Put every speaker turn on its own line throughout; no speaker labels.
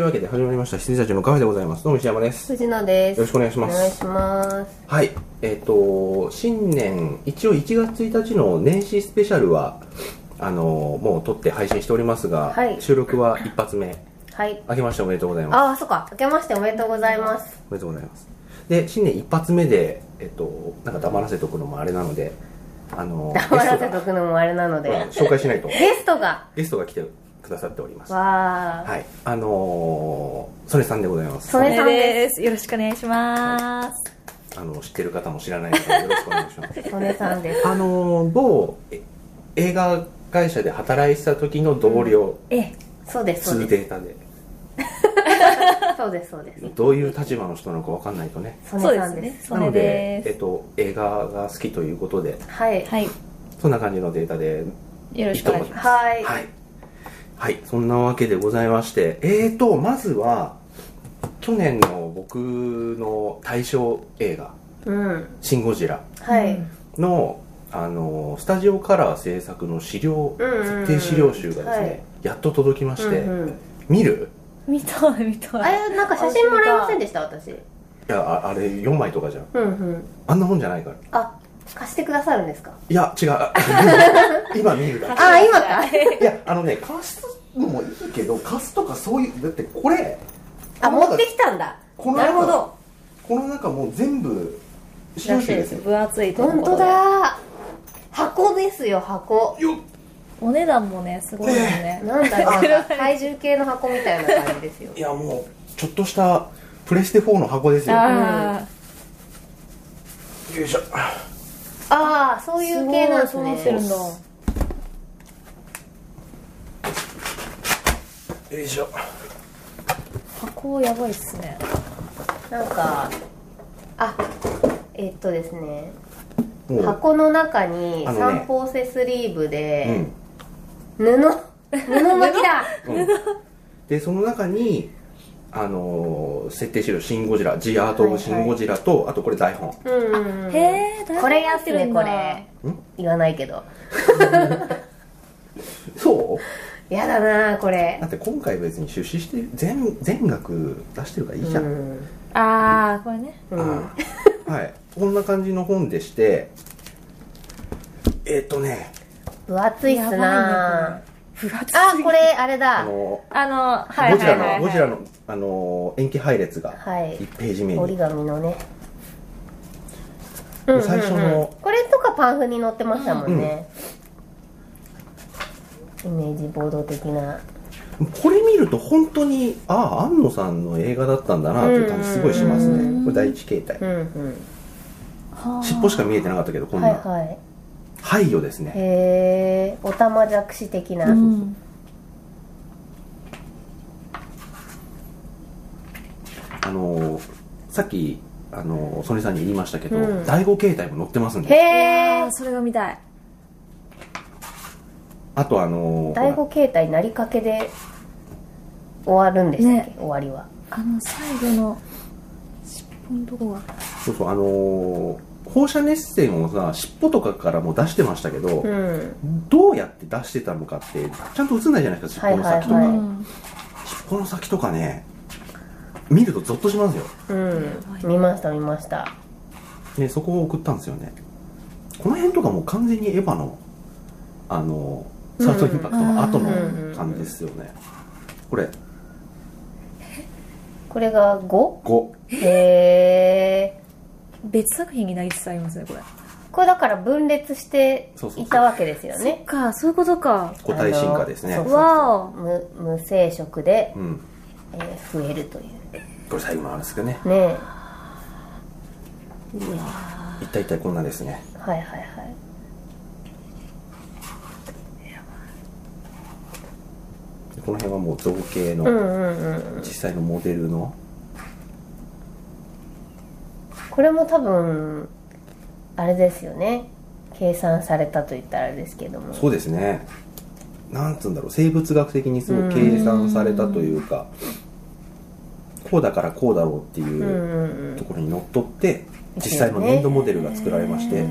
わけで始まりました羊たちのカフェでございますどうも石山です
藤野です。
よろしくお願いします
お願いします。
はいえっ、と新年一応1月1日の年始スペシャルはあのもう撮って配信しておりますが、
はい
収録は一発目
はい。
明けましておめでとうございます
ああ、そっか。明けましておめでとうございます。
おめでとうございますで新年一発目でえっ、となんか黙らせとくのもあれなのであの
黙らせ
ゲ
と
ス
くのもあれなの
トが
で
うん。紹介しない と
ゲストが。
ゲストが来てくださっておりますは
わあ。
いあのー、曽根さんでございます
曽根さんで。す
よろしくお願いします。
あの知ってる方も知らない方もよろしくお願いします
曽根さんです。
あの某え映画会社で働いてた時の同僚、
え、
そうです、そう
数
で。
データです
そうです、そうです。
どういう立場の人なのか分かんないとね
曽根さんです。
そうですね
なの
曽根
で
です
えっと、映画が好きということで
はい。
はい。
そんな感じのデータで
よろしくお願いします。
はい。
はい、はい、そんなわけでございましてえーとまずは去年の僕の大賞映画
うん。
「シン・ゴジラ
はい。
の」あのスタジオカラー制作の資料、
うんうんう
設
ん
定資料集がですね、
はい
やっと届きまして、
うんうん
見る
見たい、見
あ
たい。
れ、なんか写真もらえませんでした、私。
いやああれ4枚とかじゃん
うんうん。
あんなもんじゃないから
あ、貸してくださるんですか
いや違 う今見るだ
あ、今か。
けいやあのね貸すのもいいけど貸すとかそういうだってこれ
あ、持ってきたんだ。
この
な
中
るほど。
この中もう全部資料
らし
集
い
で
ですす。
よ
分厚いところで
本当。だ。箱ですよ、箱。
よっ
お値段もね、すごいですね。
なんだろうな体重計の箱みたいな感じですよ
いやもうちょっとしたプレステ4の箱ですよよ
あ
いしょ
ああそう
あ、
いう系なんですす
ごいそう
ね
なってるんだ。
よいしょ
箱やばいっすね。
なんかあえっとですね
もう
箱の中に
あのね
三方セスリーブ
う
で
ん
布布巻きだ
うんでその中にあのー設定資料「シン・ゴジラ」「ジ・アート・オブ・シン・ゴジラと」あとこれ台本
うんうんうん
へえ、大
これや
や
っすねこれ
うん
言わないけど
そう
やだなこれ
だって今回別に出資して全全額出してるからいいじ
う
ゃん、
ん
ああ、これね。
う
あ
ん
ーはいこんな感じの本でしてえーっとね
分厚いっ
やば
す
い
な
ねこれ分厚い。
あこれあれ
あ
だ
の
あの、はい
ゴジ
は
ラ
いはい。
のゴジラのあのー延期配列が
はい
1ページ目に、
折り紙のね
最初の
これとかパンフに載ってましたもんね、イメージボード的な
これ見ると本当にああ安野さんの映画だったんだなという感じすごいします
う
うん
んう
ね
ん
これ第一形態
うんうん
はあ
尻尾しか見えてなかったけどこん
はい
な
はい
廃墟ですね
へえおたまじゃくし的な、
うん。
あのーさっきあのー曽根さんに言いましたけど
うん
第五形態も載ってますん
へ
で
え
え
ー、それが見たい。
あとあのー
第
ほ
五形態なりかけで終わるんでしたっけ、
ね
終わりは
あの、最後の、尻尾のとこが。
らそうそうあのー放射熱線をさ尻尾とかからも出してましたけど、
うん
どうやって出してたのかってちゃんと映んないじゃないですか尻尾の先とか、
はいうは
ん
尻尾の先とかね見るとゾッとしますよ
うん見ました見ました
ね、そこを送ったんですよねこの辺とかもう完全にエヴァのあのサードインパクトの後の感じですよね、これ
これが 5?
5
へえ
別作品になりつつありますねこれ
これだから分裂して
そうそうそう
いたわけですよね
かそういうことか
個体進化ですね
あのそう
わお
無無生殖で、
うん
えー増えるという
これ最後のあれですけどね
ね
一体一体こんなですね
えはいはいはい
この辺はもう造形の、
うんうんうん
実際のモデルの
これも多分あれですよね計算されたと言ったらあれですけども
そうですねなんつうんだろう生物学的にすごい計算されたというかこうだからこうだろうってい
うん
う
うん
ところにのっとって実際の粘土モデルが作られまして、
へー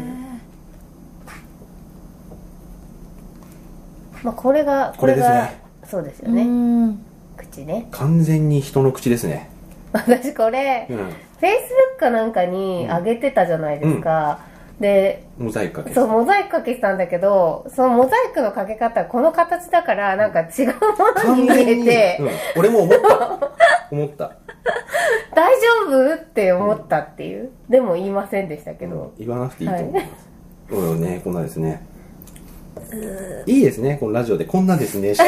まあ、これが
これですね
がそうですよね
うん
口口ね
完全に人の口ですね、
私これ
うん、
フェイスブックかなんかに上げてたじゃないですか、で
モザイクかけて
そうモザイクかけてたんだけどそのモザイクのかけ方この形だからなんか違うもの
完
に見
全
え
に、
て、
うん、俺も思った思った
大丈夫って思ったっていう、でも言いませんでしたけど、
言わなくていいと思います、うんねこんなですねいいですねこのラジオでこんなです ねしか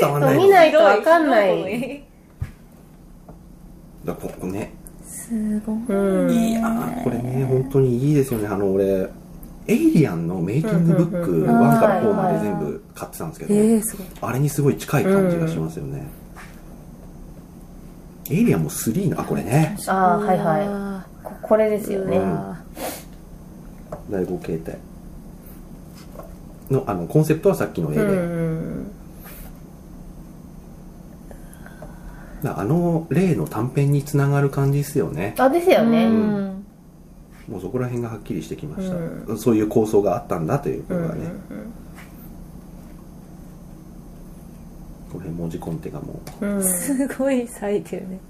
伝わんない
見ないいとわかんない、
だここね
すごい。
うん
いやーこれね本当にいいですよねあの俺エイリアンのメイキングブッ
うん
ク
うんうん
1から4まで全部買ってたんですけど、
ええすごい。
あれにすごい近い感じがしますよね、エイリアンも3のあこれね
あーはいはい
は
ここれですよね、
うん第5形態のあのコンセプトはさっきの絵で、
うん
なあの例の短編につながる感じですよね
あですよね、
んもうそこら辺がはっきりしてきました、
う
そういう構想があったんだということがね、これ文字コンテがも
うんうん
すごい咲いてるね。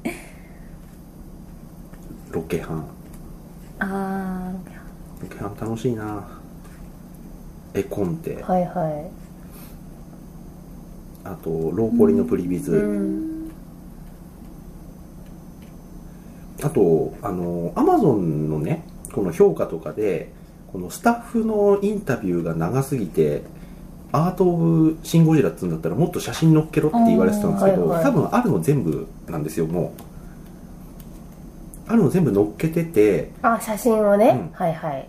うロケハン
ああ、
ロケハン楽しいな絵コンテ、
はいは
あとローポリのプリビズ、
い、うん、
あとあのアマゾンのねこの評価とかでこのスタッフのインタビューが長すぎてアート・オブ・シン・ゴジラっつうんだったらもっと写真載っけろって言われてたんですけど、
あーはいはい
多分あるの全部なんですよもうあるの全部載っけてて
あ写真をね、
うん
はいはい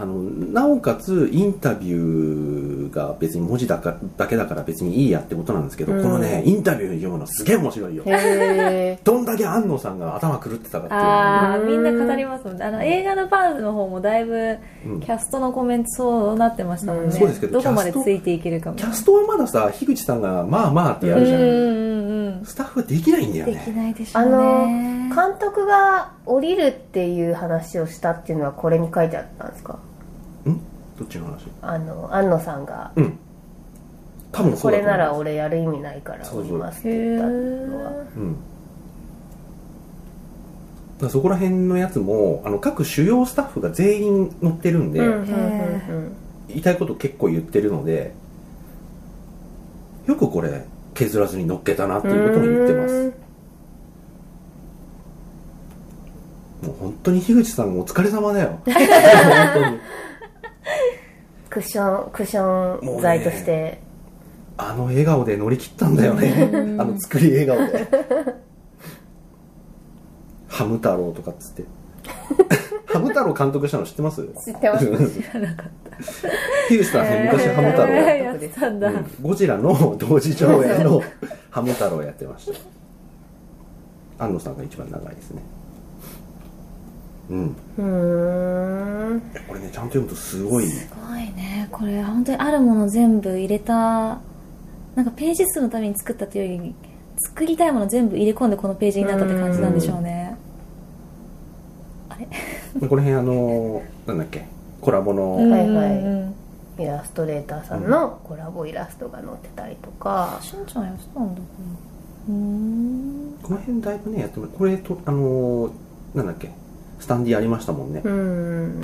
あのなおかつインタビューが別に文字だかだけだから別にいいやってことなんですけど、
うん
このねインタビュー読むのすげえ面白いよ
へえ
どんだけ安野さんが頭狂ってたかっていうのがね
ああ、みんな語りますもんね。あの、映画のバーズの方もだいぶ、
うん
キャストのコメントそうなってましたもんね。
うんそう
ですけど
どこま
キャ
で
スト
ついていけるかも。
キャストはまださ樋口さんがまあまあってやるじゃん、
うんうんうん
スタッフはできないんだよ
でき
ね
ないでしょ
あ
うね。
の監督が降りるっていう話をしたっていうのはこれに書いてあったんですか
んどっちの話
あの安野さんが
うん多分そ
こ
うだ
れ
と思
な
う
ら俺やる意味ないから降りますって言ったの
う
は
んだからそこら辺のやつもあの各主要スタッフが全員乗ってるんで、
うんうんうん
へー
うん
言いたいこと結構言ってるのでよくこれ削らずに乗っけたなっていうことも言ってますもう本当に樋口さんお疲れ様だよ本当に
クッションクッション材として
あの笑顔で乗り切ったんだよねあの作り笑顔でハム太郎とかっつってハム太郎監督したの知ってます
知ってます
知らなかった。
ヒュースターね昔ハム太郎、
え
やってたんだ。
うんゴジラの同時上映のハム太郎やってました安野さんが一番長いですねうん
うーん
これねちゃんと読むとすごい
すごいねこれ本当にあるもの全部入れたなんかページ数のために作ったというより作りたいもの全部入れ込んでこのページになったって感じなんでしょうね
この辺あのなんだっけコラボ
う
の
ん
はいはい
うん
イラストレーターさんのコラボイラストが載ってたりとか、
しんちゃんやってたんだこれうーん
この辺だいぶねやってもらうこれとあのなんだっけスタンディありましたもんね
うん、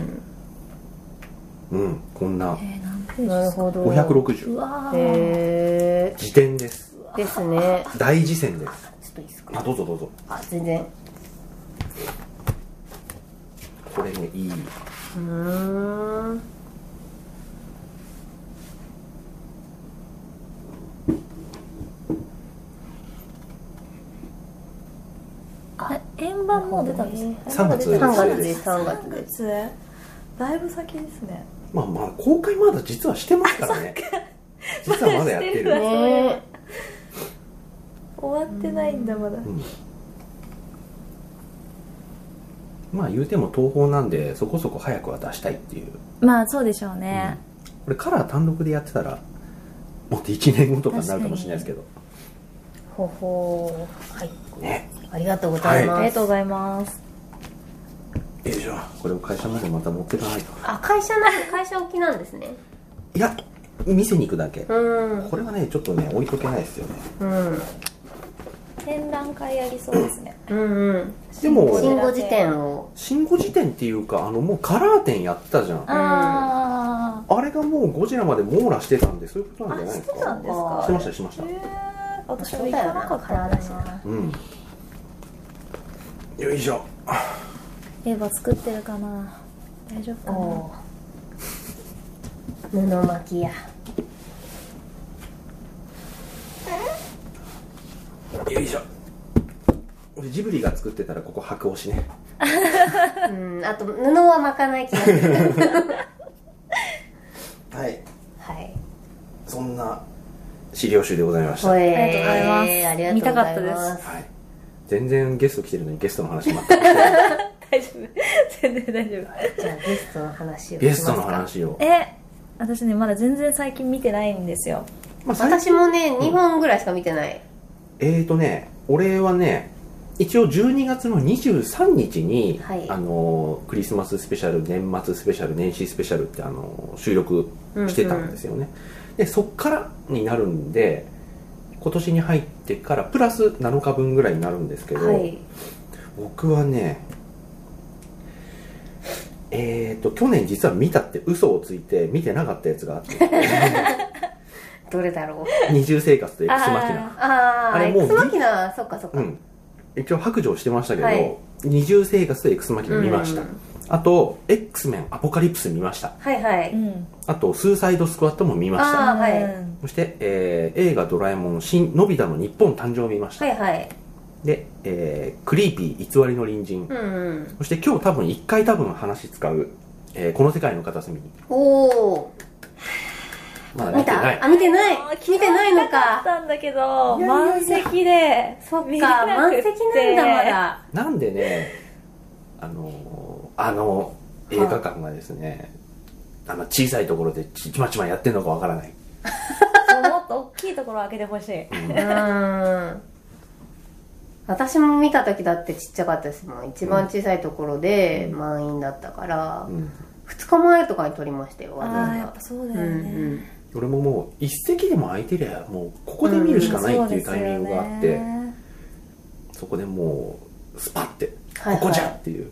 うんこんな
えー、何ページ
なるほど
う
560
わー、
へえ
辞典です
ですね
大辞典です
ちょっといいです
あ
か
どうぞどうぞ
あ全然
これねいいう
ーん
あ円盤もう出たんですね
3月
3月
で
ですす3月です
だいぶ先ですね
まあまあ公開まだ実はしてますからね実はまだやって
ま
る
だしてるわ
ね
終わってないんだまだ
うんまあ言うても東宝なんでそこそこ早くは出したいっていう、
まあそうでしょうね、
これカラー単独でやってたらもっと1年後とかになるかもしれないですけど
ほほーはい
ね
ありがとうございます、
は
ありがとうございます
よいしょこれを会社までまた持ってかないと
あ会社なんで会社置きなんですね
いや店に行くだけ
うん
これはねちょっとね置いとけないですよね
うん
展覧会やりそうですね
うんうん
でも
新語辞典を
新ゴジ典っていうかあのもうカラー展やってたじゃんあ
あ
れがもうゴジラまで網羅してたんでそういうことなんじゃないです
あそうな
か
んです
し
か
てましたしました
へー私は行かなかったんだ
そうだよな
な
うんよいしょ
ーレバー作ってるかな大丈夫かな
お布巻きや
よいしょ俺ジブリが作ってたらここ白押しね
うんあと布は巻かない気が する
はい
はい
そんな資料集でございました、
ほ
はい、
えー
ありがとうございます
ありがとうござい
見たか
ま
っ
す
全然ゲスト来てるのにゲストの話全くして ない
大丈夫全然大丈夫
じゃあゲストの話をし
ゲ
ますか
ストの話を
え私ねまだ全然最近見てないんですよ
まあ、最近
私もね2本ぐらいしか見てない
えーとね俺はね一応12月の23日に、
はい
あのークリスマススペシャル年末スペシャル年始スペシャルってあのー収録してたんですよね、でそっからになるんで今年に入ってからプラス7日分ぐらいになるんですけど、
はい
僕はねえーと去年実は見たって嘘をついて見てなかったやつがあって
どれだろう
二重生活と X マキナ
あ
あ
あ
あ
れ
エ
もう
クスマキナそっかそっか、
うん、一応白状してましたけど、
はい
二重生活と X マキナ見ました、
うん
あと X メンアポカリプス見ました
はいはい、
ーうん
あとスーサイドスクワットも見まし
あ
た
ーはい
うん
そして、えー映画「ドラえもん新のび太の日本誕生」見ました、
はいはい
で、えークリーピー偽りの隣人、
うんうん
そして今日多分一回多分話使う、えーこの世界の片隅に
おお
まだ
見
見てない
たあ見てない
あー
見てないの
あっ
か
たんだけど
いやいやいや
満席で
そっか
見れな
満
くって
席なんだまだ
なんでねあのーあの映画館がですね、あの小さいところでちちまちまやってんのかわからない
そう もっと大きいところを開けてほしい
うん私も見た時だってちっちゃかったですもん一番小さいところで
うん
満員だったから、
うん
2日前とかに撮りましたよわざ
ああや
わ
っぱ
ざ
そう
うん
だ
う
よね、
ん
俺ももう一席でも空いてりゃもうここで見るしかないっていうタイミングがあって、そこでもうスパって
はい
ここ
はい
じゃっていう、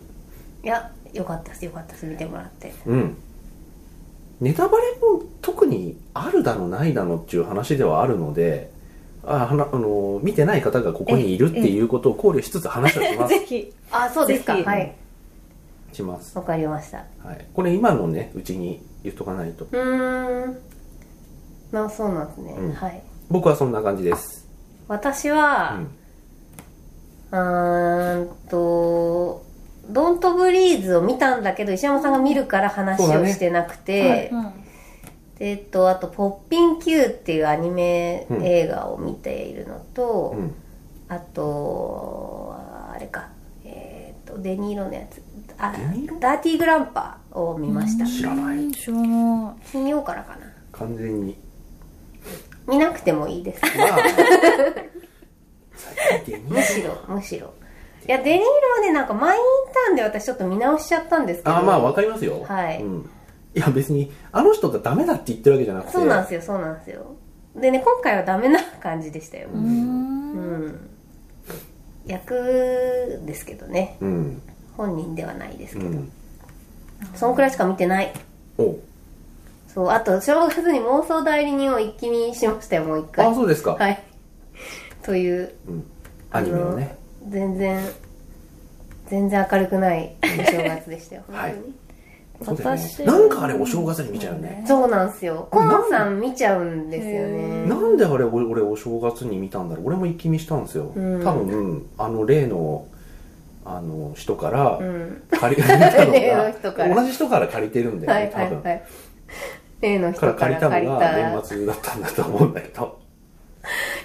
いやよかったですよかったです見てもらって
うんネタバレも特にあるだのないだのっていう話ではあるのであはなあの見てない方がここにいるっていうことを考慮しつつ話はします
ぜひ
あそうですか
ぜひ
はい
します、
わかりました
はい、これ今のねうちに言っとかないと
うーんなそうなんですね、
うん
はい
僕はそんな感じです、
私
う
は
ん、
うーんと「ドントブリーズ」を見たんだけど石山さんが見るから話
そうだ
を
ね
してなくて、でえっと、あと「ポッピン Q」っていうアニメ
うん
映画を見ているのと、
うん、
あとあれかえっとデニーロのやつあ
デニーロ
ダーティーグランパーを見ました
知らない
い知らな
金曜からかな
完全 に
見なくてもいいです
まあ 最近
むしろむしろいやデニーロはねなんかマインターンで私ちょっと見直しちゃったんですけど
あまあわかりますよ
はい
うん、いや別にあの人がダメだって言ってるわけじゃなくて
そうなんですよそうなんですよでね今回はダメな感じでしたよ
いうー
うんん役ですけどね
うん
本人ではないです
う
けど、
ん
そんくらいしか見てない
お
そうあと正月に妄想代理人を一気見しましたよもう一回
あそうですか、
はいという
うん、アニメのね
全然全然明るくないお正月でしたよ本当に、
はいそうだよね
私
なんかあれお正月に見ちゃうね
そうなんですよ
こ
コ
れなん
マさん見ちゃうんですよね
なんであれ俺俺お正月に見たんだろう俺も一気見したんですよ、
うん
多分あの例のあの人から
うん
借り 見たの
例の人か
が
ら
同じ人から借りてるんだよ
は
ね
い
多
は
分、
いはい A の人
か
からら
借
借
り
り
た
た
のが年末だったんだと思うんだけど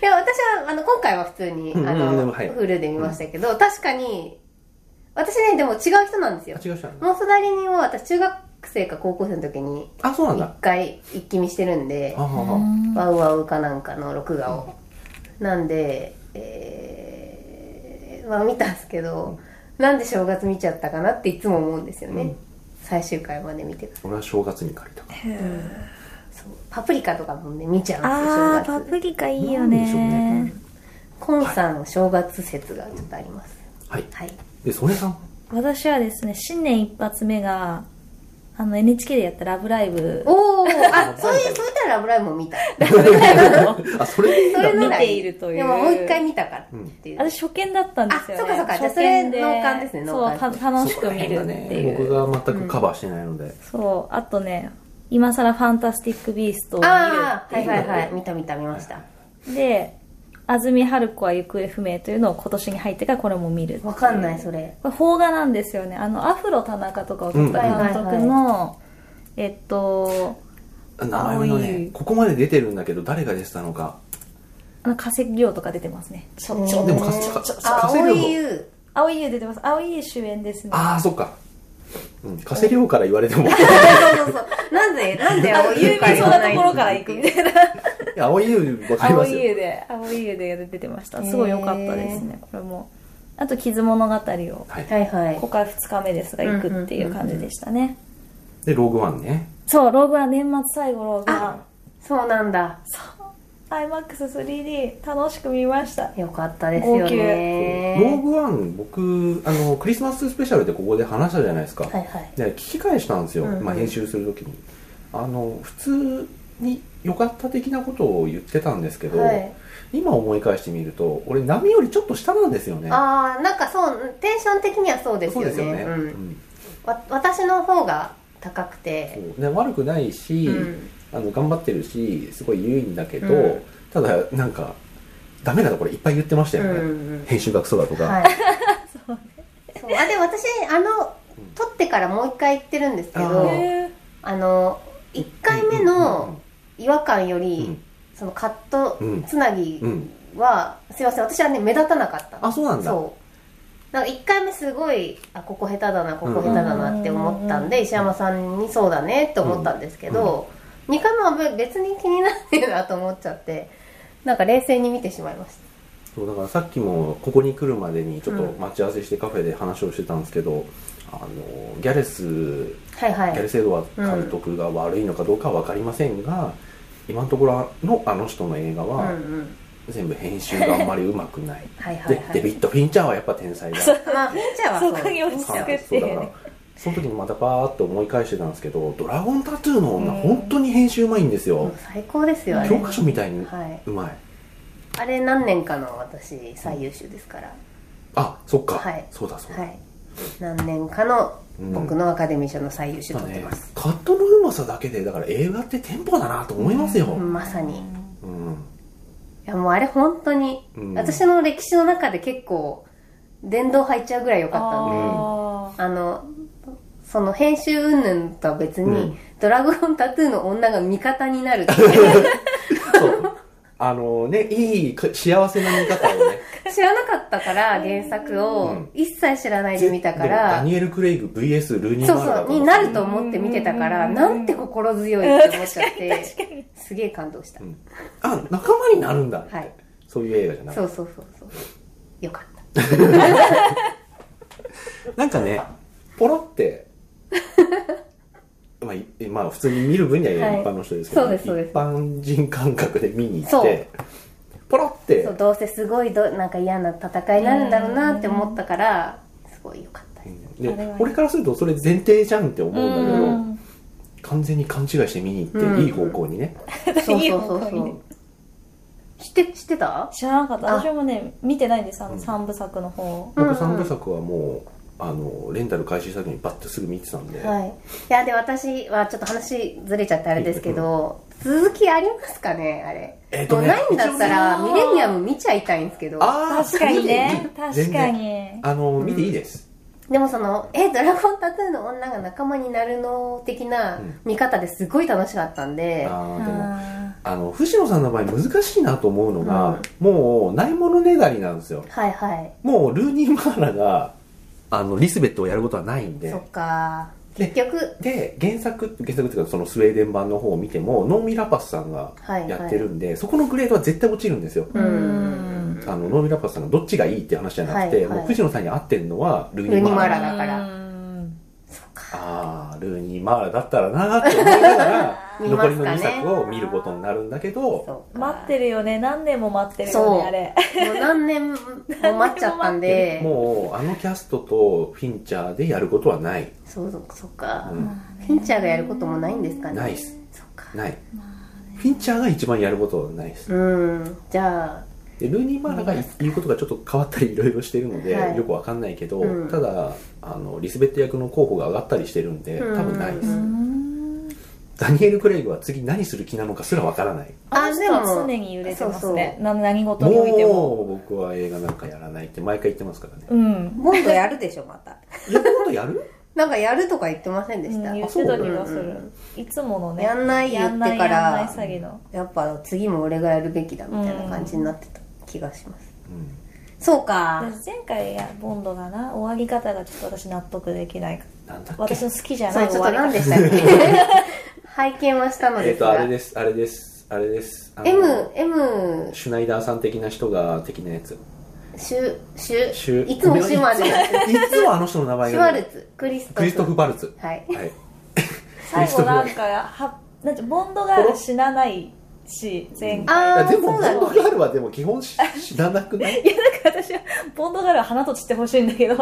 いや、私は、あの、今回は普通に、
うんうん
あ
で
の、
もはい
フルで見ましたけど、確かに、私ね、でも違う人なんですよ
あ。違う人なんだ
モンスター代理人を私、中学生か高校生の時に、
あそうなん
一
だ
回、一気見してるんで
あ、はは
ワウワウかなんかの録画を。なんで、えー、まあ見たんですけど、なんで正月見ちゃったかなっていつも思うんですよ
う
ね
ん。
最終回まで見てから。
俺は正月に借りたから
そうパプリカとかもね、見ちゃうんですよ、
あー
正
パ
月。
プリカいいよ
なんでしょうね
ね
こコンさんの正月説がちょっとあります。
はい
はい。
で曽根さ ん
私はですね、新年一発目が、あの NHK でやったラブライブ
おお、あ、 そういう、そういったらラブライブも見た。
あそれでいいん
それ
だ
なら
見ているという
でももう一回見たからっていう。
私初見だったんです
あ
よ、ね。
そうかそうか
初見
じゃあそれ脳幹ですね脳幹
そうた、楽し
そこ
く
ら
見
辺
る
が
って
ね
いう。
僕が全くカバーしてないので、
そう、あとね、今更ファンタスティック・ビーストを見る
ああ、
っ
はいはいはい。見た見た見ました。
ていう。で、安住春子は行方不明というのを今年に入ってからこれも見る。
わかんない、それ。
これ邦画なんですよね。あの、アフロ田中とかを撮った監督の、
うん
えっと、
名前も
青
ね
い
ここまで出てるんだけど誰が出てたのか
あの、化石量とか出てますね。
ちょち
で
ょ
もかすかすかせ
青
る
い
の
優。
青い優出てます。青い優主演ですね。
ああそっかうん稼量から言われてもい
そうそうそう。なんで、 なんで青い優
有名
言
そう
わ
な
ない
と
の
ころから行くみたいな。
や青い湯わかり
青
ます
い
よ
家で、青い家で出てました。すごい良かったですね、これも。あと、傷物語を、
はい
はいはい
ここ。から2日目ですが、行くっていう感じでしたね。
でローグワンね
そう、ローグは年末最後ローグは、
そうなんだ。
IMAX3D、楽しく見ました。
よかったですよ
ロー
ね。
グワン僕あのクリスマススペシャルでここで話したじゃないですか、
はいはい。
で聞き返したんですよ、
うんうん
まあ、編集するときにあの普通に良かった的なことを言ってたんですけど、
はい
今思い返してみると俺波よりちょっと下なんですよね
ああ、なんかそう、テンション的にはそうです
そう
よ
で
ね。
すよね、
うん
うん
わ私の方が高くて、
そうね悪くないし、
うん
あの頑張ってるしすごい優位んだけど、
うん
ただなんかダメだとこれいっぱい言ってました
う
よ
ん
ね、
うん
編集がクソだとか、
はい そうあで私あの撮ってからもう一回行ってるんですけ
あ
ど
ー
え
あの1回目の違和感よ
うん、
り、そのカット
うん
つなぎ
うん
は、すいません私はね目立たなかった
あそうなんだ
そうなんか1回目すごいあここ下手だなここ下手だなって思ったんで、石山さんにそうだねって思ったんですけど、2回目はべ別に気になってるなと思っちゃってなんか冷静に見てしまいまし
そうだからさっきもここに来るまでにちょっと
うん
待ち合わせしてカフェで話をしてたんですけど、あのギャレス
たはいは
ギャレ
い
ス・エドワーズ監督が悪いのかどうかは分かりませんが、今のところのあの人の映画
うんう
は
ん
全部編集があんまりうまくない
はいは
で
いは
デ
い
ビッド・フィンチャーはやっぱ天才だ
まあフィンチャーは
そ
そうう
こに落ち着
はい
くって
そ
いうう
だから
ね。
その時にまたパーッと思い返してたんですけど「ドラゴンタトゥーの女」本当に編集うまいんです
もう
よ
最高ですよあれ
教科書みたいに
は
うまい、
い、あれ何年かの私最優秀ですから、
あそっか、
はい
そうだそうだ、
はい何年かの
うん
僕のアカデミー賞の最優秀
やっ
取
ぱ
って
ね
ます、
カットのうまさだけでだから映画ってテンポだなと思いますよ、うん
まさにいやもうあれ本当に、
うん
私の歴史の中で結構殿堂入っちゃうぐらい良かったんで
あ
あのその編集云々とは別に、
うん
ドラゴンタトゥーの女が味方になるって いう
そう あのねいいか幸せな見方を ね
知らなかったから原作
う
を
ん
一切知らないで見たか
でも
ら、
ダニエル・クレイグ VS ルーニー・
そう
マーラ
そう、になる
と
と思って見てたから、
うん
なんて心強いって思っち ゃって、すげえ感動した。
あ仲間になるんだって、
はい
そういう映画じゃなくて
そうそうそうそう。よかっ
なんかねポロって まあい、まあ普通に見る分には一
はい
般の人ですけど、
そうですそうです
一般人感覚で見に行っ
そう
てポロって
た。そう、どうせすごいど、なんか嫌な戦いになるんだろうなって思ったから、すごいよかったです。
で
あれはね
俺からするとそれ前提じゃんって思うんだけど、
うん
完全に勘違いして見に行って、
うん
いい方向にね
そうそうそう
いい
そ
方向に
う。知って、知ってた
知らなかった。
あ
私もね、見てないんです、あ
う
の
ん
三部作の方。
うんうん
僕三部作はもうあのレンタル開始した時にバッとすぐ見てたんで、
はい。いや、で、私はちょっと話ずれちゃってあれですけど、続きありますかねあれ。
えっとね
もうないんだったら、
一
ミ
応
レニアム見ちゃいたいんですけど。
あー
確かにね。
全
確
然
か
全然
に。
あの見ていいです、
でもその「えドラゴンタトゥーの女が仲間になるの?」的な
うん
見方ですごい楽しかったんで、
あーでも
あ
あの藤野さんの場合難しいなと思うのが、もうないものねだりなんですよ
はいはい
もうルーニー・マーラがあのリスベットをやることはないんで
そっか
で
結局
で原作原作っていうかそのスウェーデン版の方を見てもノーミラパスさんが
はい
やってるんで、そこのグレードは絶対落ちるんですよ、
う
うん
ん
あのノーミラパスさんがどっちがいいって話じゃなくて、
はいはい
もう藤野さんに合ってるのはルーニ
ルー
ー・
ニー
マ
マ
ー
ー
ラ
ラだから
うん
ああルーニー・マーラだったらなーって思いながら
見ま
残り
す
の
か
2
ね
作を見ることになるんだけど
そう
待ってるよね何年も待ってる
そ
よ
う
ねあれ
もう何年も待っちゃったんで
もうあのキャストとフィンチャーでやることはない、
そうそうそっか
う、
ま
ん、
あね
フィンチャーがやることもないんですかね
ないっす
そっか
ない
ま
フィンチャーが一番やることはないです
うんじゃあ
でルーニー・マーラが言うことがちょっと変わったりいろいろしてるので、
はい
よくわかんないけど、
うん
ただあのリスベット役の候補が上がったりしてるんで
うん
多分ないです、
あうーん
ダニエル・クレイグは次何する気なのかすらわからない
あ
あの
で
人
も
は常に揺れてます
そう
ねな何事
も
においても
う僕は映画なんかやらないって毎回言ってますからね
うん
ボンドやるでしょまた
やることやる
なんかやるとか言ってませんで
うん
した、
言
よ
ってた気がす
あそう
るいつものね
やんない言
や
っ
ん
て
ない
か
やんない
ら
詐欺の
やっぱ次も俺がやるべきだみたいな感じになってた気がします、
うん
そうか
私前回やボンドがな終わり方がちょっと私納得できない
なんだっけ
私の好きじゃ
そ
な
う
い
ちょ
終
っ
わ
と
り
何
方
でしたっけ 拝見はしたの
えっ、
です
と
が、
あれですあれですあれですあの
M M
シュナイダーさん的な人が的なやつ
シュシュ
シュ
いつもシュマルツ
いつもいつもあの人の名前
シュワ
が
ル
ね
ツクリストフ
クリストフ・バルツ
はい
はい
最後なんかはなんてボンドガール死なないし前回
あー
でもボ
そう
ン
だね
ドガールはでも基本し知らなく ない
私はボンドガールは花と散ってほしいんだけど、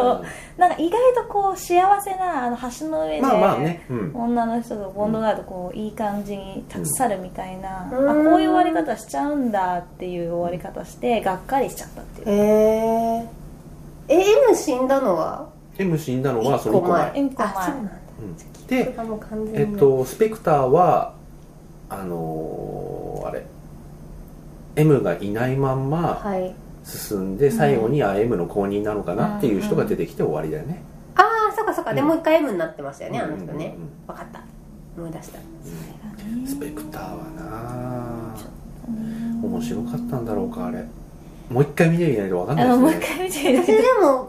なんか意外とこう幸せなあの橋の上で、
まあまあね、うん、
女の人とボンドガールとこういい感じに立ち去るみたいな、
うん
あこういう終わり方しちゃうんだっていう終わり方してがっかりしちゃったっていう
えー、え M 死んだのは
M 死んだのはそ
1
の1
個
個前
前
一個前
あそうな
うん
んだこれ
で、
がもう完
え
全に
っと、スペクターはあのーあれ M がいないまんま
はい
進んで最後にあ M の公認なのかなっていう人が出てきて終わりだよね、
ああそっかそっか、で
うん
もう一回 M になってましたよね、
うん
あの人ね、
うん
分かった思い出した
スペクターはなあ面白かったんだろうかあれもう一回見てみないと分かんな
あ
いで
の
す
もう
ね
一回見てみ
私
て
でもも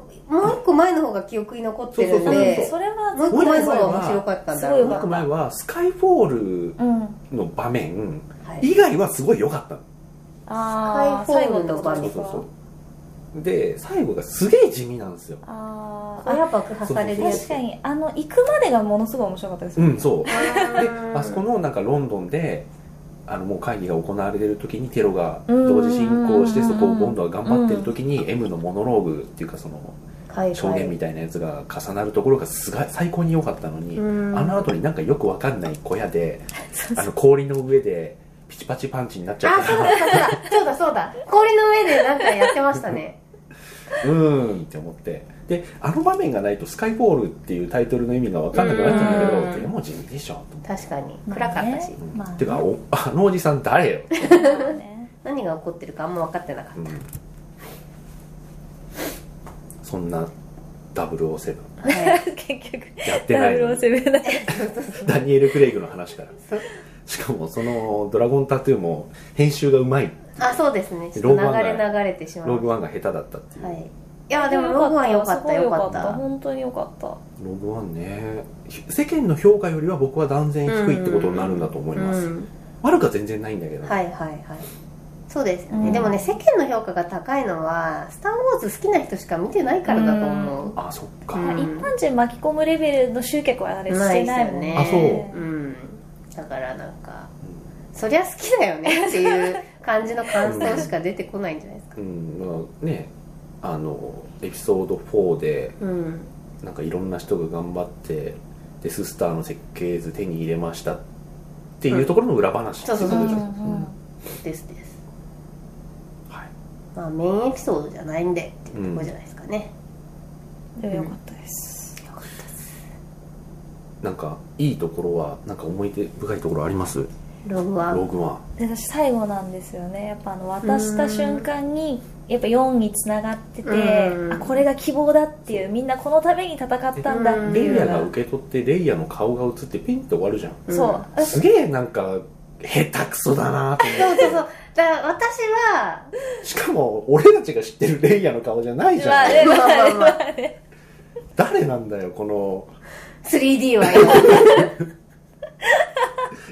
う一個前の方が記憶に残ってるん
そうそうそう
で
それは
もう一個前の方が面白かったんだろう
も
な
う一個前はスカイフォー
うん
ルの場面
はい
以外はすごい良かったの
ああ
スカイ
最
フォ
後
ー
っ
ル
て
そうそ
の場
ことです
う
か
そうで最後がすげえ地味なんですよ
あ
こ
ー
れ
あ
やっぱ爆破されるや
確
つ
かにあの行くまでがものすごい面白かったです
う
よ ね
んそう であそこ
の
のなんかロンドンであのもう会議が行われてる時にテロが同時進行して
うん
そこをボンドが頑張ってる時に M のモノローグっていうかその証言みたいなやつが重なるところがすが最高に良かったのにあの後になんかよくわかんない小屋 であの氷の上でピチパチパンチになっちゃ
あ
っ
そう
た
だそうだそうだそうだそうだ氷の上でなんかやってましたね
うーんって思ってであの場面がないと「スカイフォール」っていうタイトルの意味がわかんなくなっちゃうんだけ
う
ど
ん
でも地味でしょと思って
確かに暗かったし、
うん
まあね
てかお あのおじさん誰よ
まあね
何が起こってるかあんま分かってなかっ
うんそんな007
た、はい
結局
やって
ダ
な
ブ
い
ル
の
を
に
攻めない
ダニエル・クレイグの話から
そう
しかもその「ドラゴンタトゥー」も編集がうまい
あそうですねちょっと
ローグワ
流
ン
れ
が
流れてしま
ロー
う
グワンが下手だったっていう、
はいいやでもローグワン良かった良かった
本当に良かった
ローグワンね世間の評価よりは僕は断然低いってことになるんだと思います、
うん
悪くは全然ないんだけど、
はいはいはいそうですよね、
うん
でもね世間の評価が高いのは「スター・ウォーズ」好きな人しか見てないからだと思う
あそっか、
うん
一般人巻き込むレベルの集客はあれしてないもんね
ないですよ
ね
うん、だからなんかそりゃ好きだよねっていう感じの感想しか出てこないんじゃないですか
うんまあねあのエピソード4で
うん
なんかいろんな人が頑張ってデススターの設計図手に入れましたっていうところの裏話ってい
そう
こと
そう
でし
そ
ょ
う
うん
ですです
はい
まあメインエピソードじゃないんでっていうところじゃないですかね、
でも良かったです、
なんかいいところはなんか思い出深いところあります
ログは
ログワ
で私最後なんですよねやっぱあの渡した瞬間にやっぱ4につながってて
うん
あこれが希望だっていうみんなこのために戦ったんだって
う
ン
ん
レ
い
イ
う
ヤ
の
が
が
受け取ってレイヤの顔が映ってピンって終わるじゃん
うん
そう
すげえなんか下手くそだなと思
そう
っ
そう
て
そうだから私は
しかも俺たちが知ってるレイヤの顔じゃないじゃ
まあ
ん
ね
まあまあまあ
誰なんだよこの
3D は今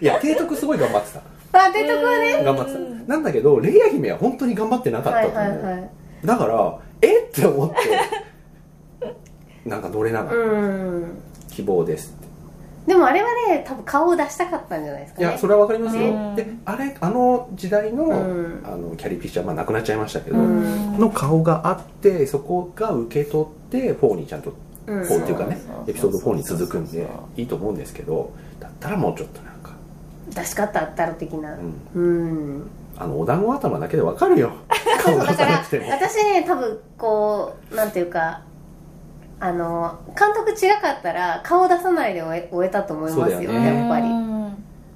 いや提督すごい頑張ってた
まあ出てこはね
頑張ってたなんだけどレイヤ姫は本当に頑張ってなかっ
は
たと
い
思う、
はいはい
だからえって思ってなんか乗れながら
うん
希望ですって
でもあれはね多分顔を出したかったんじゃないですか
い
ね
やそれはわかりますよ、
ね
であれあの時代の,、
うん
あのキャリーピッチャーまあなくなっちゃいましたけど、
うん
の顔があってそこが受け取って4にちゃんと
うん
4っていうかね
そうそうそうそう
エピソード4に続くんでいいと思うんですけどだったらもうちょっとなんか、
出し方あったろ的な
うん、
うん
あのお団子頭だけでわかる よ顔が
だか
さな
ら
くても
私ね多分こうなんていうかあの監督違かったら顔出さないで終え終えたと思いますよ
そうだよね
やっぱり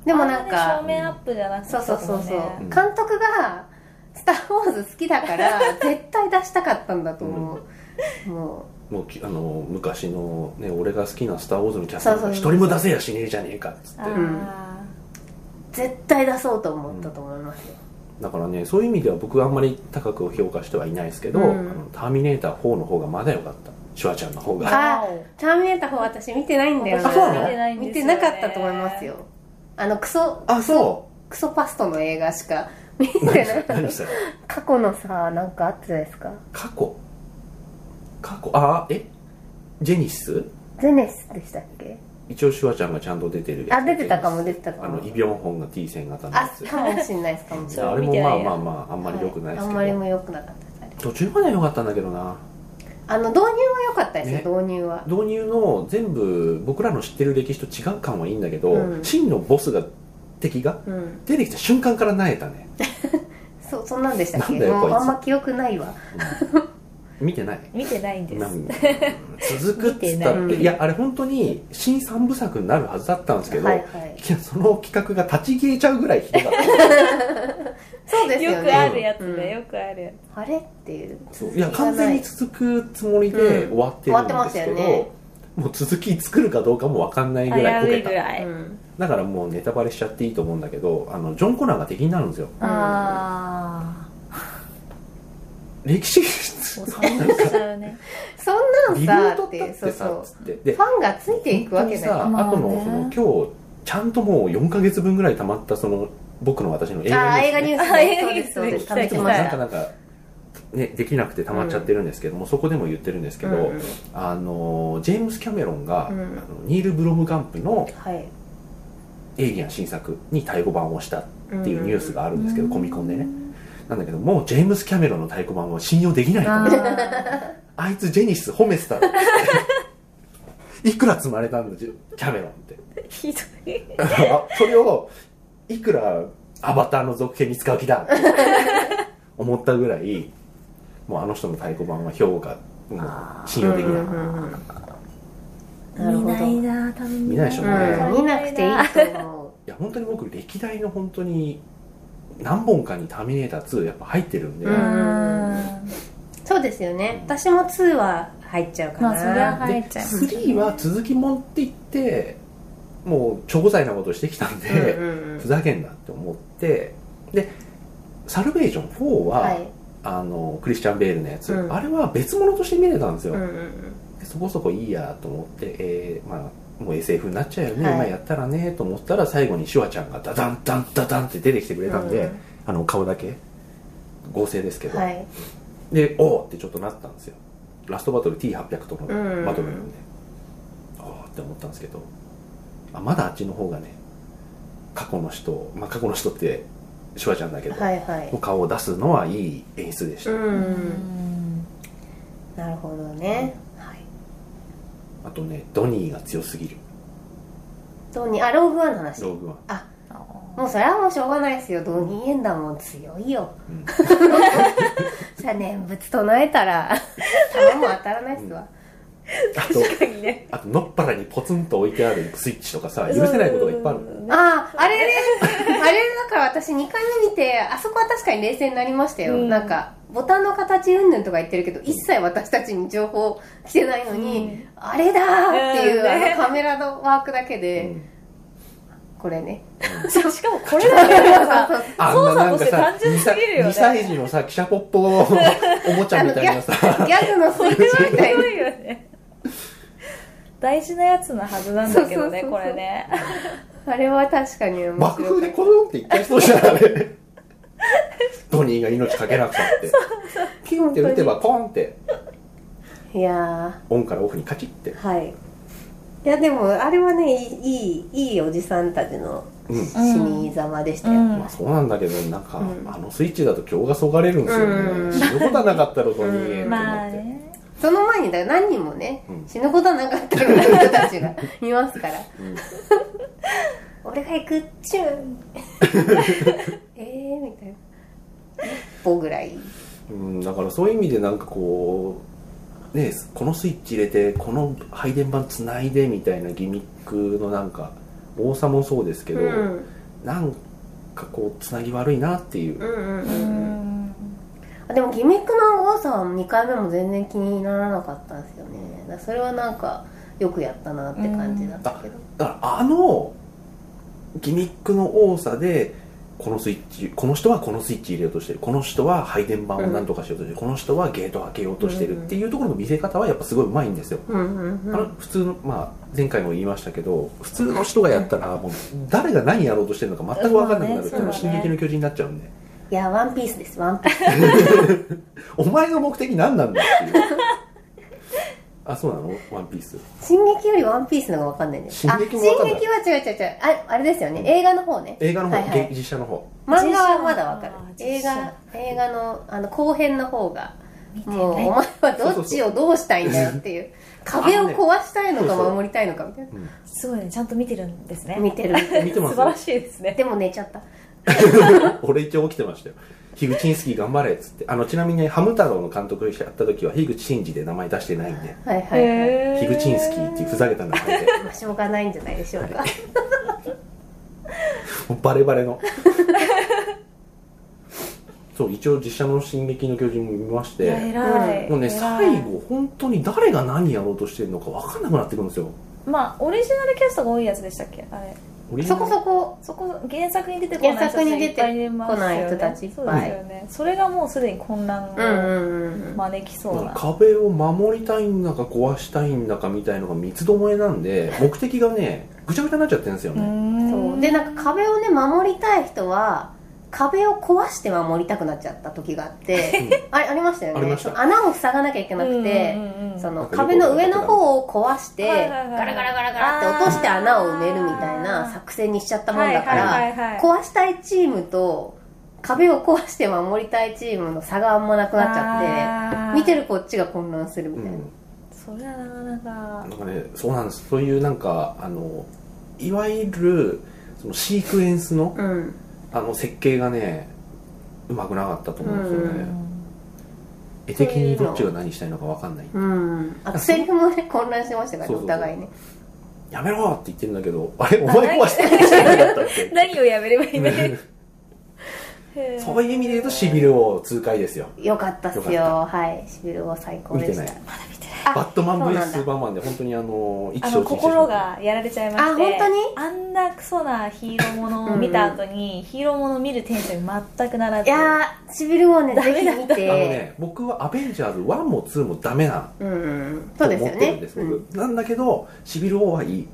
でもなん
照
か
明アップじゃなくて
そうそうそうそう、
うん
監督が「スター・ウォーズ」好きだから 絶対出したかったんだと思う、も
もうきあの昔の、ね、俺が好きな「スター・ウォーズ」のキャス
そ
タ
う
ー
そう
が一人も出せやしねえじゃねえかっつって
あー
う絶対出そうと思ったと思いますよ、
だからねそういう意味では僕はあんまり高く評価してはいないですけど「
うん
あのターミネーター4」の方がまだ良かったシュワちゃんの方が
あターミネーター4私見てないんだよ
あそうなの
見てないんですよね見てなかったと思いますよあのクソ
あそ
クソパストの映画しか 見
う何
てない
それ何それ
過去のさなんかあったじゃないですか
過去過去あえジェニス
ゼネスでしたっけ
一応シュワちゃんがちゃんと出てるやつ
あ出てたかも出てたか
あ
も
のイ・ビョンホンが T 線型の
あ
やつ
かもしんないですかもしれ
あ
ない
れ
見
も
て
まあ
ないや
まあまああんまり良くないです
あ
け
ん
ど、
まりも良くなかったですあれ
途中までは良かったんだけどな
あの導入は良かったですよ、
ね
導入は
導入の全部僕らの知ってる歴史と違う感はいいんだけど、
うん
真のボスが敵が
うん
出てきた瞬間からなえたね、
そそんなんでしたっけ
なんだよ
もう
こいつ
あんま記憶ないわ
うん見てない
見てないんで
な
す
ん続くっつったって
見てない
いやあれ本当に新三部作になるはずだったんですけど、
はいいはい
やその企画が立ち消えちゃうぐらいひどかった
そうですよ
よくあ
ね
るやつ
うん
ねよくあるやつ
あれっていう
そういや完全に続くつもりで
うん
終わってるんですけど、
終わってましたよね
もう続き作るかどうかも分かんないぐらいこ
危う
け
い
た
ぐらい
うん
だからもうネタバレしちゃっていいと思うんだけどあのジョン・コナーが敵になるんですよ
あ
歴史
あ
リ
冷めちゃう ね
そん
ブ
なん
ー
さ
ト
っ
ってて
そ
さ
うそう
つってで
ファンがついていくわけない
本当に
まあね
さ後のその今日ちゃんともう4ヶ月分ぐらい溜まったその僕の私の映
あ
画
ー
ニュースね
映画ニュース
あ
ねそう
映画
ですそ
ニュース
うです
来た
食べ
い
て
つも
ま
な
し
んか
た
なんか、ね、できなくて溜まっちゃってるんですけども、そこでも言ってるんですけど、
うんうん
あのジェームス・キャメロンが、
うん
あのニール・ブロムガンプの
はい
エイリアン新作にタイ語版をしたっていうニュースがあるんですけど、
うん
コミコンでねなんだけどもうジェームス・キャメロンの太鼓版は信用できないと
あ
思う
ー
あいつジェニス褒めて たのいくら積まれたんだジェキャメロンって
ひどい
あ それをいくらアバターの続編に使う気 だって思ったぐらいもうあの人の太鼓版は評価もう信用できない、
なるほ
見
ど
ないな多分
見ないでしょうね
うん見なくていいと思う
いや本当に僕歴代の本当に何本かに「ターミネーター2」やっぱ入ってるんで、
うんそうですよね私も2は入っちゃうかな、
まあそりゃ入
で
っちゃいますね
3は続きもんって言ってもう超罪なことしてきたんで、
うんうんうん
ふざけんなって思ってで「サルベージョン4は」
はい
あのクリスチャン・ベールのやつ、
うん
あれは別物として見れたんですよ、
うんうんうん
でそこそこいいやと思って、えーまあ、もう SF になっちゃうよね、
はい
今やったらねと思ったら最後にシュワちゃんがダダンダンダダンって出てきてくれたんで、
うん
あの顔だけ合成ですけど、
はい
でおおってちょっとなったんですよラストバトル T800 との
うん
バトルなんで、おおって思ったんですけどあまだあっちの方がね過去の人、まあ、過去の人ってシュワちゃんだけど、
はいはい
お顔を出すのはいい演出でした、
うんなるほどね、はい
あとねドニーが強すぎる
どうにあローグワンの話
道具は、
もうそれはもうしょうがないですよドニーエンダーも強いよ
うん
じゃあ念仏唱えたら 弾も当たらないっすわ、
あと
確かにね
あとのっぱらにポツンと置いてあるスイッチとかさ許せないことがいっぱいある
あああれね あれだから私2回目見てあそこは確かに冷静になりましたよ、
うん
なんかボタンの形うんぬんとか言ってるけど一切私たちに情報来てないのに、
うん
あれだーっていう、
うんね
あのカメラのワークだけ
う
で、
ん
これね
そうしかもこれだけはさ
あ
操
んな
作
なん
と
か
して
さ
単純すぎるよね
2歳児のさ汽車ポッ ポのおもちゃみたいなさ
ギャグのスイッチみた いな
強いよね 大事なやつのはずなんだけ
そうそ
どね
うそうそう
これね
あれは確かに面白い
爆風でコロンって一回そうじゃないドニーが命かけなくたってピンって打てばポンって
いや
オンからオフにカチッて
ーはい
い
やでもあれはねいいいいいいおじさんたちの
うん
死に様でしたよ、
うん
まあそうなんだけどなんか、
うん
あのスイッチだと今日がそがれるんですよね、
うん
死ぬことはなかったろとに、
うん
と思って
まあね
その前にだから何人もね、
うん
死ぬことはなかったような人たちがいますから
うん
「俺が行くっちゅう」えーみたいな一歩ぐらい
うん、だからそういう意味でなんかこう、ね、このスイッチ入れてこの配電盤つないでみたいなギミックのなんか多さもそうですけど、
うん
なんかこうつなぎ悪いなっていう、
うんうんう
う
ん
ん
あでもギミックの多さは2回目も全然気にならなかったんですよねだからそれはなんかよくやったなって感じだったけど、
だからあのギミックの多さでこのスイッチこの人はこのスイッチ入れようとしてるこの人は配電盤をなんとかしようとしてる、この人はゲート開けようとしてるっていうところの見せ方はやっぱすごいうまいんですよ
うんうんうん
あの普通の、まあ、前回も言いましたけど普通の人がやったらもう誰が何やろうとしてるのか全く分かんなくなるっていうのは「
そう
進
だね
撃の巨人」になっちゃうんで
いやワンピースですワンピース
「お前の目的何なんだ」っていうあそうなの「ワンピース
進撃よりワンピースの方が分かんないんです
進撃も分かんない
あ進撃は違う違う違うああれですよね映画の方ね
映画の方、
はいはい
げ実写の方
漫画はまだ分かる映
実
画
写
映画のあの後編の方がもうお
ない
前はどっちをどうしたいんだよっていう壁を壊したいのか守りたいのかみたいな、
すごいねちゃんと見てるんですね
見てる
見て
素
ます
晴らしいですね
でも寝ちゃった
俺一応起きてましたよ樋口チンスキー頑張れっつってあのちなみにハム太郎の監督やった時は樋口真嗣で名前出してないんで
はいはいはい、
樋口チンスキーっていうふざけた名前で
まあ、しょうがないんじゃないでしょうか。
もうバレバレのそう一応実写の「進撃の巨人」も見まして
いや偉い
もうね、
偉い
最後、本当に誰が何やろうとしてるのか分かんなくなってくるんですよ。
まあオリジナルキャストが多いやつでしたっけあれ
俺
そこそこ、
そこ原作に出てこない人た
原
ち
作に出て
いっぱいいますよ
こ
ね
ない人たちいっぱい
そうですよねそれがもうすでに混乱
うんう
を
んうん。
招きそうな
壁を守りたいんだか壊したいんだかみたいのが三つどもえなんで、目的がね、ぐちゃぐちゃになっちゃってるんですよね。
そう。で、なんか壁をね、守りたい人は、壁を壊して守りたくなっちゃった時があって、あれ、ありましたよね。
ありました
そう穴を塞がなきゃいけなくて、その壁の上の方を壊して、
はいはいはい
ガラガラガラガラって落として穴を埋めるみたいな作戦にしちゃったもんだから、
はいはいはいはい
壊したいチームと、壁を壊して守りたいチームの差があんまなくなっちゃって、見て
る
るこっちが混乱するみ
う
たいな。
ん。
それはなかなか
なんかね、そうなんです。そういうなんか、あの、いわゆる、そのシークエンスの、
うん
あの設計がね、うまくなかったと思うんですよね。
う
絵的にどっちが何したいのか分かんない。
うん、あとセリフもね混乱してましたか
そうそう
らね
そう
お互いね
やめろって言ってるんだけど、あれ、お前壊したいんじゃなかったっけ
何をやめればいいんだよ
そういう意味で言うとしびれを痛快ですよ
よかったっす
よ
よはいシビル号最高
見
で
て
し
ない
た
バットマン
そう
VS
なんだ
スーパーマンで本当にあの意気
あ
消
の
沈してし
心
まっ
がやられちゃいまして
あ本当に
あんなクソなヒーローものを見た後にヒーローものを見るテンション全くなら
い
ず
やーシビル号ね
ダ
ぜ
メだ
ひ見
たあの
て
ね僕はアベンジャーズ1も2もダメな
うんうん
と
そう
思
で
っ
すよ
てるんで
ね
す
う
僕
ん
なんだけどシビル王はいい、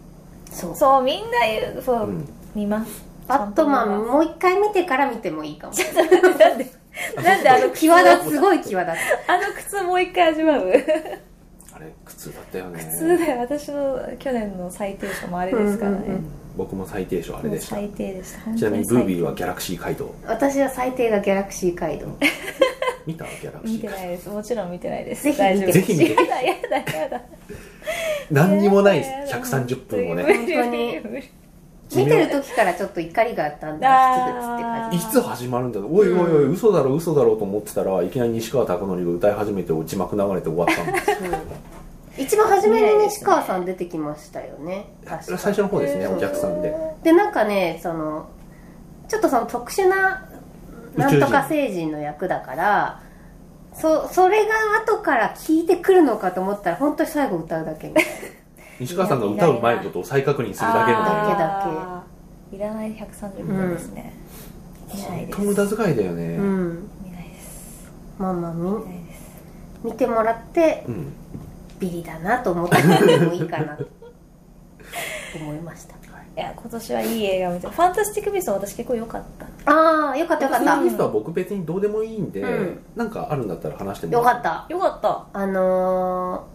そう
そうみんな言うそう、
うん
見ます
バットマン
も
もう一回見てから見てもいい かも
なん でなんであの
際立つすごい際立
あの靴もう一回味わう
あれ苦痛だったよね
普通だよ私の去年の最低賞もあれですからね、
うんうんう
うん僕も最低賞あれ
もう
でした
最低でした
ちなみにブービー
は
はギャラクシー街道
つ私は最低がギャラクシー街道
見たギャラクシ
見
ー
て
街道
ないですもちろん見てないです
ぜひ
大丈夫
ぜひ見て
やだやだやだ
何にもない
やだやだ
130分をね
本当に
無理無理
見てる時からちょっと怒りがあったんだきつって感
い
じ
あ
つ始まるんだろうおいおいおい嘘だろ嘘だろうと思ってたらいきなり西川貴教が歌い始めて字幕流れて終わったんです
うん一番初めにね西川さん出てきましたよね確か
最初の方ですねお客さんで
でなんかねそのちょっとその特殊な
宇宙
な
人
んとか星人の役だからそそれが後から聞いてくるのかと思ったら本当に最後歌うだ けみたいな
西川さんが歌う前のことを再確認するだけの
だけだけ
あーいらない130分ですね、見ない
本
で
当
す
無駄遣いだよ
う
ね
ん
見ないです
まあまあ
見
み
ないです
見てもらって
うん
ビリだなと思ってもらってもいいかなと思いました
いや今年はいい映画見てファンタスティック・ビースト私結構良かった
ああよかったよかっ
そ
た
の人は僕別にどうでもいいんで
うん
なんかあるんだったら話しても
よかった
良かった
あの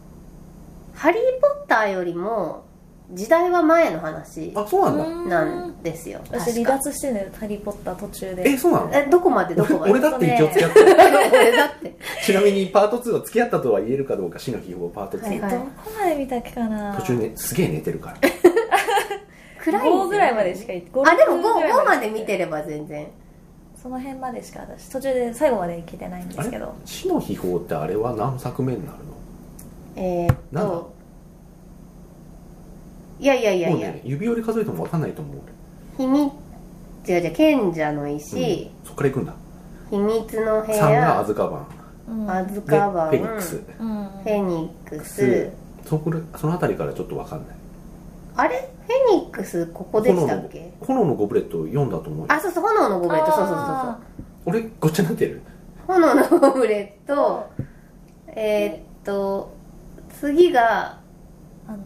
ーハリー・ポッター」よりも時代は前の話
あそうなんだ、
うん
なんですよ
私
確
離
か
脱してんだよ「ハリー・ポッター」途中で
えそうなの
えどこまでどこまで
俺だって一応付き合っ
俺だって
たちなみにパート2は付き合ったとは言えるかどうか死の秘宝パート2、
はい
どこまで見たっけかな
途中ねすげえ寝てるから
暗いんですよ
5ぐらいまでしか行って
あでも 5, 5まで見
見
てれば全然
その辺までしか私途中で最後まで行けてないんですけど
死の秘宝ってあれは何作目になるの
えー、っ
なんだ
といやいやいや
もう
いや
ね指折り数えても分かんないと思う俺
秘密違う違う賢者の石、
そっから行くんだ
秘密の部
3がア
屋
ズカバン
うん
アズ
で
カバン
フェニックス
うん
フェニックス
スそこらその辺りからちょっと分かんない
あれフェニックスここでしたっけ
炎のゴブレット読んだと思う
あそうそう炎のゴブレットそうそうそうそう
あ
俺ごっちゃになってる
炎のゴブレットえーっと次が
ーあの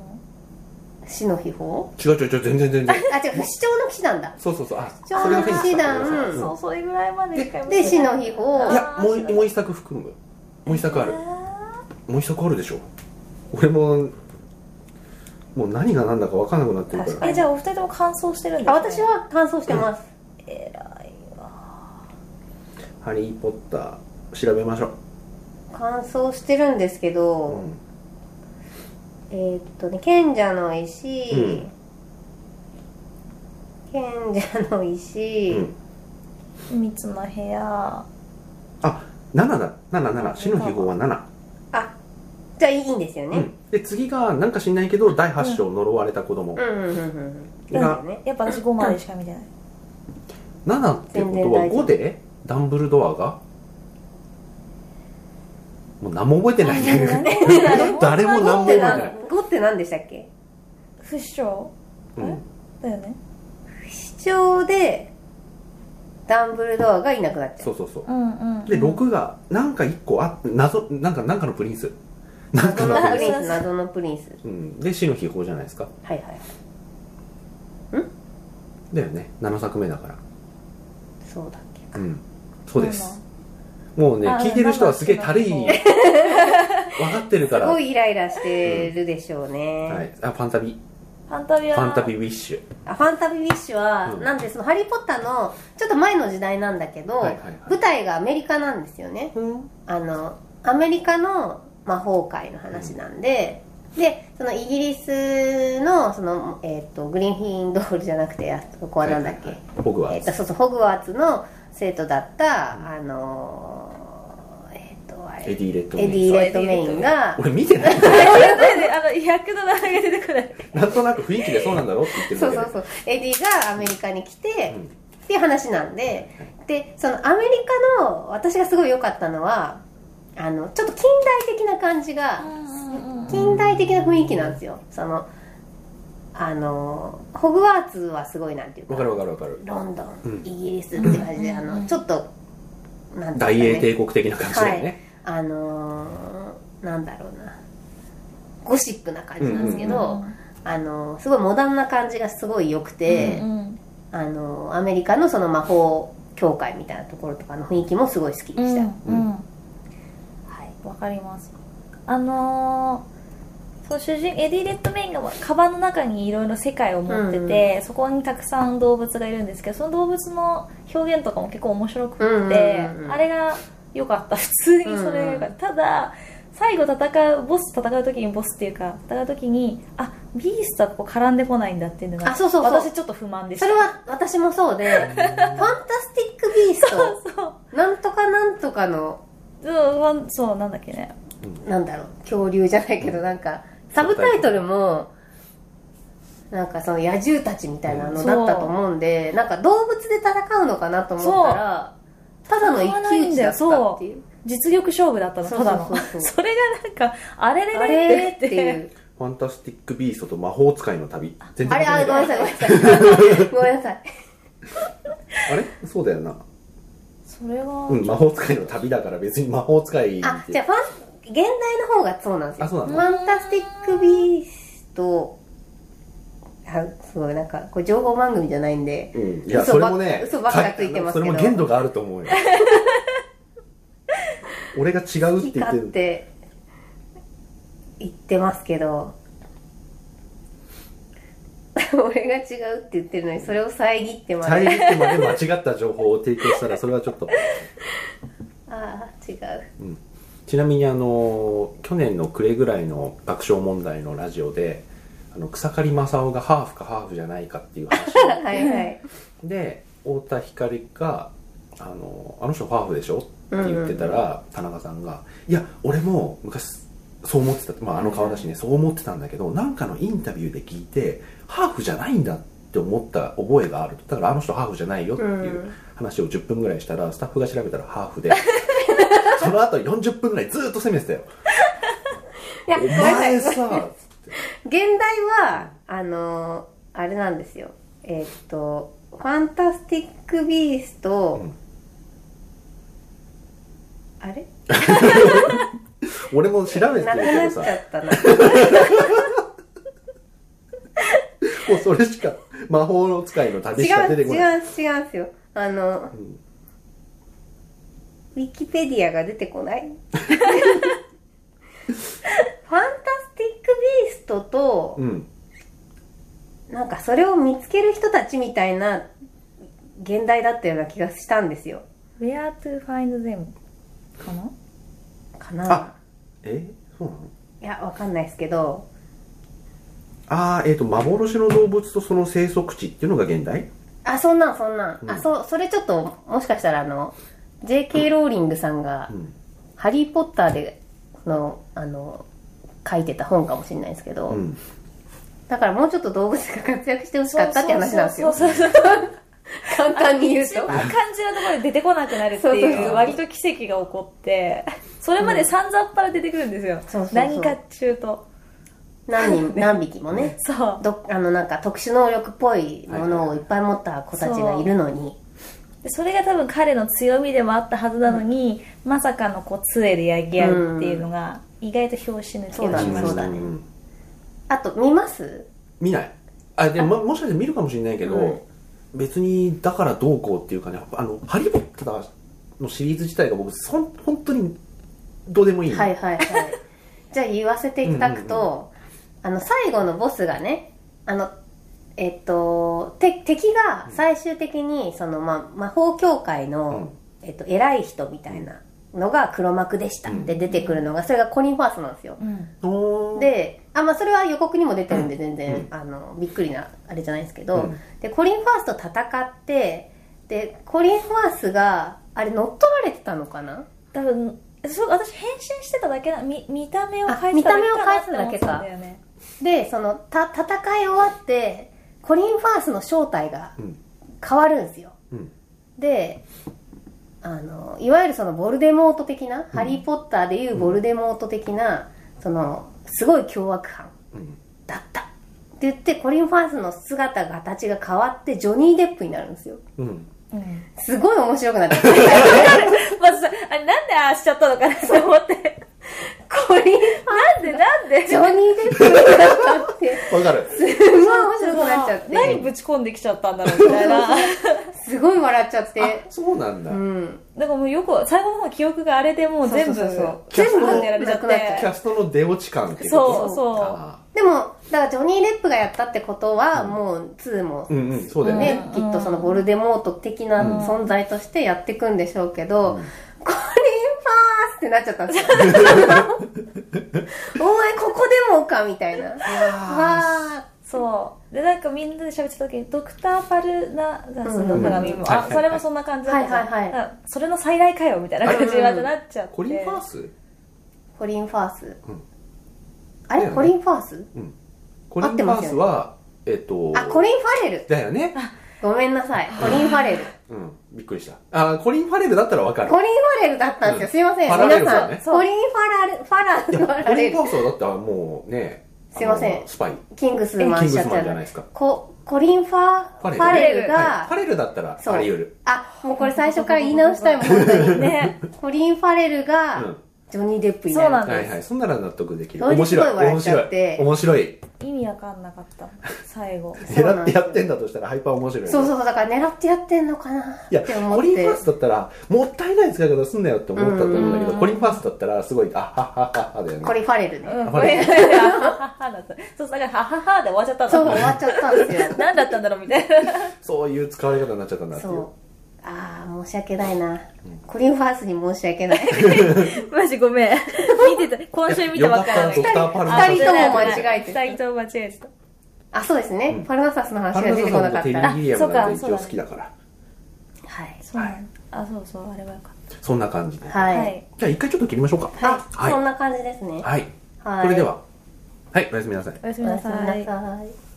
死の秘宝
違う違う違う全然全 然
あ違う不死鳥の騎士なんだ
そうそうそうあ
ちょうど
それがフェニックスだ
騎士団
ご
そう
めんなさ
それぐらいまでしか見てない
で死の秘宝
いいやもうもう一作含むもう一作ある
あ
もう一作あるでしょ俺ももう何が何だか分かんなくなってる
ー
から
えじゃあお二人とも完走してるんです
あ
ね
私は完走してます、
偉いわ
「ハリー・ポッター」調べましょ
完走してるんですけ
う、
ど、
うん
えーっとね賢者の石、
うん
賢者の石、
うん、
三つの部屋
7だ77死の秘宝は7、
あじゃあいいんですよ
う
ね、
ん、で次がなんか知んないけど第8章呪われた子供
うん、うんうんうんうん
が
ね
やっぱ私5までしか見てない
7ってことは
全然大丈夫
5でダンブルドアがもう何も覚えてないね 誰も何も覚え
5って
てな、
ない ん5って何でしたっけ
不死鳥
うん、
だよね
視聴でダンブルドアがいなくなっちゃ
そううそうそう
うんうん
で6がなんか1個あって謎なんかなんかのプリンスなんか
謎
の
の
プ
プ
リン
リンス謎のプリンス
ス、うん、で死の秘宝じゃないですか
はいはい
だよね7作目だから
そうだっけ
うんそうですもうね
あ
聞いてる人はすげえたるい
生
分
の
かってるか
す
ら
ごいイライラしてるでしょうね、
はい、あファンタビ
ファンタビ
フ
ア
ァンタビウィッシュ
あファンタビーウィッシュは、
うん
なんでその「ハリー・ポッター」のちょっと前の時代なんだけど、
はいはいはい
舞台がアメリカなんですよね
うん
あのアメリカの魔法界の話なんで、でそのイギリスのその、えー、とグリーンフィーンドールじゃなくてあそこはなんだっけ、
はいはいはいホグワ
え
ー
っ
ツ
とそうそうホグワーツの生徒だった、あのーえっ、とあれ
エディ・レッドメイ
エ
ン
ディ・レッドメインが
俺見てない
あの役の名前が出てこない
なんとなく雰囲気でそうなんだろうって言ってる
そ
だ
う
け
そ
で
うそうエディがアメリカに来て、
うん
っていう話なんででそのアメリカの私がすごい良かったのはあのちょっと近代的な感じが近代的な雰囲気なんですよそのあのホグワーツはすごいなんていう
わ
か
かるわかるわかる
ロンド
うん
ンイギリスって感じで、あのちょっとなんて
大
い
英
うんで
帝
す
国的な感じだよね、
かねあのーなんだろうなゴシックな感じなんですけど、
うんう
あのーすごいモダンな感じがすごい良くて、
うん
あのアメリカのその魔法協会みたいなところとかの雰囲気もすごい好きで
う
した、
んうん
はい
わかりますあのーそう主人エディ・レッドメインがカバンの中にいろいろ世界を持ってて、そこにたくさん動物がいるんですけどその動物の表現とかも結構面白くって、
うんうんうんうん
あれが良かった普 通にそれが良かった、ただ最後戦うボス戦う時にボスっていうか戦う時にあビーストはここ絡んでこないんだっていうのが
あそうそうそう
私ちょっと不満でし
そ
た
れは私もそう で「ファンタスティック・ビースト
そう」
なんとかなんとかの
そうそうなんだっけね
なんだろう恐竜じゃないけどなんかサブタイトルもなんかその野獣たちみたいなのだったと思うんでなんか動物で戦うのかなと思ったらただの一騎打ちだったっていう
実力勝負だったの
そ
た
うそう
だ
そう
の
そう
それがなんかあれれ
あ
れれ
れ
っ
ってていう
ファンタスティック・ビーストと魔法使いの旅全
あれあ
関係
ご
な
め
い
んなさいごめんなさ いごめんなさい
あれそうだよな
それは、
うん、魔法使いの旅だから別に魔法使い
あ、じゃあファン、現代の方がそうなんですよ。
あそうな
フ
の
ァンタスティック・ビースト、あすごい、なんか、これ情報番組じゃないんで、
うん、いやそ
嘘
れ
ばっ
もね
嘘ばっかついてます
そ
けど
れも限度があると 思うよ俺が違うっ
好き
て言っ
かって
る
て言ってますけど、 俺が違うって言ってるのにそれを遮ってま
遮
で
ってまで間違った情報を提供したらそれはちょっと
ああ違う
ちなみにあの去年の暮れぐらいの爆笑問題のラジオであの草刈正雄がハーフかハーフじゃないかっていう話
はいはい
で太田光があの「あの人ハーフでしょ?」って言ってたら、田中さんが「いや俺も昔そう思ってた」まあ、あの顔だしねそう思ってたんだけどなんかのインタビューで聞いてハーフじゃないんだって思った覚えがあるだからあの人ハーフじゃないよっていう話を10分ぐらいしたらスタッフが調べたらハーフ でその後40分ぐらいずっと責めてたよ
いや
お前さ
現代はあのーあれなんですよえーっと「ファンタスティック・ビースト」
うん
あれ
俺も調べてる
なく
け
な
ど
っち
さ
ゃったな
もうそれしか魔法の使いの旅しか
違
出
う
て
違う
こない
違うんですよあの、
ん
ウィキペディアが出て こないファンタスティック・ビーストと、
うん
なんかそれを見つける人たちみたいな現代だったような気がしたんですよ
Where to find them? かな
かな
あえそうなの
いやわかんないですけど
あーえっ、と幻の動物とその生息地っていうのが現代
あそんなんそんなん、
うん
あそうそれちょっともしかしたらあの J.K. ローリングさんが
うん
「ハリー・ポッターでの」あの書いてた本かもしれないですけど、
うん
だからもうちょっと動物が活躍してほしかったって話なんですよ
そうそうそうそう
簡単に言うと
一番肝心なところで出てこなくなるって
そうそう
い
そう
う割と奇跡が起こってそれまで散々っぱら出てくるんですよ、
そうそうそう
何かっちゅうと
何人何匹もね
そう
どあのなんか特殊能力っぽいものをいっぱい持った子たちがいるのに、
でそれが多分彼の強みでもあったはずなのに、まさかのこう杖でやぎ合うっていうのが意外と表紙抜けをしま
そ
し
うだ
た
ね
ん
あと見ます
見ないあでも、ま、もしかして見るかもしれないけど、
うん
別にだからどうこうっていうかねあの「ハリー・ポッター」のシリーズ自体が僕そん本当にどうでもいいの
はいはいはい じゃあ言わせていただくと、あの最後のボスがねあのえっとて敵が最終的にその、まあ、魔法協会の、えっと、偉い人みたいなのが黒幕でしたって出てくるのが、それがコリン・ファースなんですよ
うん
おー
であ、まあ、それは予告にも出てるんで全然、
うん
あのびっくりなあれじゃないですけど、
うん
でコリン・ファースと戦ってでコリン・ファースがあれ乗っ取られてたのかな
多分そう私変身してただけな見見た目を変えて
あ見た目を変えて
た
ただ
だ
け
け
か
かなって思ってたんだよね
でそのた戦い終わってコリン・ファースの正体が
うん
変わるんですよ
うん
であのいわゆるそのボルデモート的な、ハリー・ポッターでいうボルデモート的なそのすごい凶悪犯
うん
だったって言ってコリン・ファースの姿形が変わってジョニー・デップになるんですよ
うん
うん
すごい面白くなって きた
まずさあれなんでああしちゃったのかなと思って
コリン・
なんでなんで
ジョニー・デップになったって
わかる
すごい面白くなっちゃって
何ぶち込んできちゃったんだろうみたいな
すごい笑っちゃっ
あ
て
そうなんだ、
うん
だからもうよく最後の方記憶があれでもう全部
そうそうそう
全部
全部やられちゃっ
なくなっちゃ
キ
て
ャストの出落ち感っていう
そう
そう
そう
あ
でもだからジョニー・デップがやったってことはもう2も
ーうんうんそうだよね
ねきっとそのボルデモート的な
うん
存在としてやっていくんでしょうけど、
うん
コリン・ファースってなっちゃったんです よお前ここでもかみたいな
あ
わ
そうでなんかみんなで喋ってた時にドクター・パルナザスの鏡も、
うんはいはいは
あ
い
それもそんな感じだったじゃん
はいはいはい
だからそれの再来かよみたいな感じにまたなっちゃっ
ー
て
コリン・ファース
ーコリン・ファース、
ん
あれ、
だよね
コリン・ファース
コリン・ファースはえっ、と
あコリン・ファレル
だよね
ごめんなさいコリン・ファレル
うんびっくりしたあーコリン・ファレルだったらわかる
コリン・ファレルだったんですよ、すい
フ
ませ
ァ
ん
ラレル
皆
だよ
さん、
ね
コリン・ファラルファラルファ
コリ
ラ
ン・
レ
フ
ル
ァースはだってもうね
すいません
あのスパイ
キングスマンしちゃっ
キングスマ
た
ンじゃないですか
ココリン・ファ
ファレル
ファレルが、
はい、ファレルだったら
そう
あり得る
あもうこれ最初から言い直したい本当に
ね
コリン・ファレル
う
が
ん
ジョニー・デップに
そう
な
な
る
ん
は
で
い
す、
はいそんなら納得できる
それです
面白
ごい
い
笑っ
面
ちゃ
白
って
い面白い
意味わかんなかった最後
そう
狙
な
って
ん です
や
よ
ってんだとしたらハイパー面白いよ
そうそうだから狙ってやってんのかなっ
いや
て思っ
コリン・ファー
て
スだったらもったいない使い方すんなよって思ったと思うんだけど
うん
コリン・ファースだったらすごいあははははだよね
コリンファレルね、
うん
これ
はははだったそうだからはははで終わっちゃった
そう
の
終わっちゃったんです よ
何だったんだろうみたいな
そういう使われ方になっちゃったんだってい
そう
う
ああ申し訳ないな、コリンファースに申 し訳ない
マジごめん見てた今週見てばっかり
よかったドクターパルマ
サス二人とも間違えて
2人とも間違えてた
あそうですね、
うん
パルマサスの話
パ
が
ルナ
出
サ
てこ
さ
なん
と
か
テ
った
リ
ら
ー・
は
ギ
い
リアムが
あそうか
一応好きだから
そうなんだあそうそうあれはよかっ
そんな感じでじゃ
た
はい、
あ一回ちょっと切りましょうか
あ、
はい
そんな感じですね
はい
はい
それでははいおやすみなさい
おやす
お
み
や
な
す
さ
みないさい